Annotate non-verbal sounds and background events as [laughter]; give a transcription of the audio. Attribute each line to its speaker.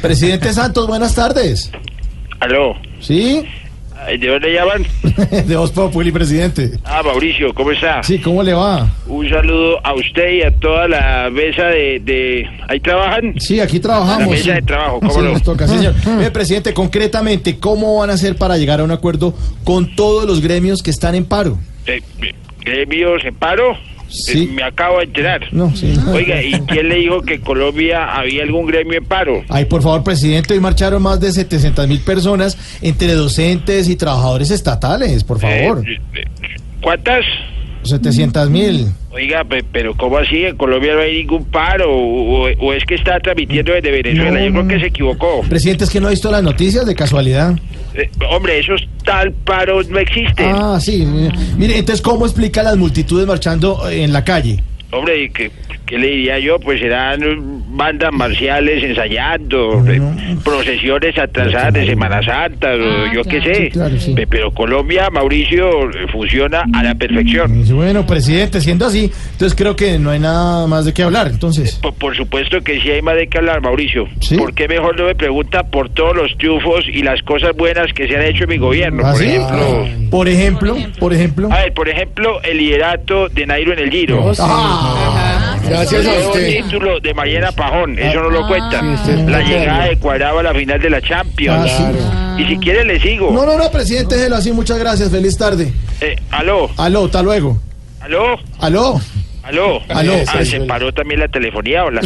Speaker 1: Presidente Santos, buenas tardes.
Speaker 2: Aló,
Speaker 1: ¿Sí? [laughs]
Speaker 2: ¿de dónde llaman?
Speaker 1: De Voz Populi, presidente.
Speaker 2: Ah, Mauricio, ¿cómo está?
Speaker 1: Sí, ¿cómo le va?
Speaker 2: Un saludo a usted y a toda la mesa de... de... ¿Ahí trabajan?
Speaker 1: Sí, aquí trabajamos.
Speaker 2: La mesa
Speaker 1: sí.
Speaker 2: de trabajo, ¿cómo
Speaker 1: Sí,
Speaker 2: no?
Speaker 1: nos toca, señor.
Speaker 2: [laughs]
Speaker 1: Mire, presidente, concretamente, ¿cómo van a hacer para llegar a un acuerdo con todos los gremios que están en paro?
Speaker 2: Eh, eh, ¿Gremios en paro?
Speaker 1: Sí.
Speaker 2: Eh, me acabo de enterar.
Speaker 1: No, sí.
Speaker 2: Oiga, ¿y quién le dijo que en Colombia había algún gremio en paro?
Speaker 1: Ay, por favor, presidente, hoy marcharon más de 700 mil personas entre docentes y trabajadores estatales, por favor.
Speaker 2: Eh, eh, ¿Cuántas?
Speaker 1: 700 mil.
Speaker 2: Oiga, pe- pero ¿cómo así? En Colombia no hay ningún paro. ¿O, o- o es que está transmitiendo desde Venezuela?
Speaker 1: No,
Speaker 2: Yo
Speaker 1: no,
Speaker 2: creo que
Speaker 1: no.
Speaker 2: se equivocó.
Speaker 1: Presidente, es que no ha visto las noticias de casualidad.
Speaker 2: Eh, hombre, esos tal paros no existen.
Speaker 1: Ah, sí. mire. Mire, entonces, ¿cómo explica las multitudes marchando eh, en la calle?
Speaker 2: Hombre, ¿y ¿qué, qué le diría yo? Pues serán bandas marciales ensayando,
Speaker 1: Ah, Bueno.
Speaker 2: eh, procesiones atrasadas de Semana Santa, o
Speaker 3: Ah,
Speaker 2: yo qué sé.
Speaker 3: claro.
Speaker 1: Sí, claro, sí.
Speaker 2: Pe- Pero Colombia, Mauricio, eh, funciona a la
Speaker 1: Y
Speaker 2: perfección.
Speaker 1: dice, Bueno, presidente, siendo así, entonces creo que no hay nada más de qué hablar. Entonces,
Speaker 2: Por, por supuesto que sí hay más de qué hablar, Mauricio.
Speaker 1: ¿Sí?
Speaker 2: ¿Por qué mejor no me pregunta por todos los triunfos y las cosas buenas que se han hecho en mi gobierno?
Speaker 1: ¿ah,
Speaker 2: por
Speaker 1: sí?
Speaker 2: ejemplo...
Speaker 1: por ejemplo, por ejemplo.
Speaker 2: A ver, por ejemplo, el liderato de Nairo en el Giro.
Speaker 1: Ah,
Speaker 4: Gracias a
Speaker 2: Luego
Speaker 4: usted.
Speaker 2: el título de Mariana Pajón, eso no lo cuentan.
Speaker 4: sí, usted
Speaker 2: la
Speaker 4: está
Speaker 2: llegada
Speaker 4: claro.
Speaker 2: de Cuadrado a la final de la Champions.
Speaker 1: Ah, sí.
Speaker 2: Y si quiere le sigo.
Speaker 1: No, no, no, presidente, déjelo así. Muchas gracias. Feliz tarde.
Speaker 2: Eh, aló,
Speaker 1: Aló, hasta luego.
Speaker 2: aló,
Speaker 1: Aló.
Speaker 2: [laughs] aló.
Speaker 1: Aló.
Speaker 2: Ah, se paró también la telefonía, hola.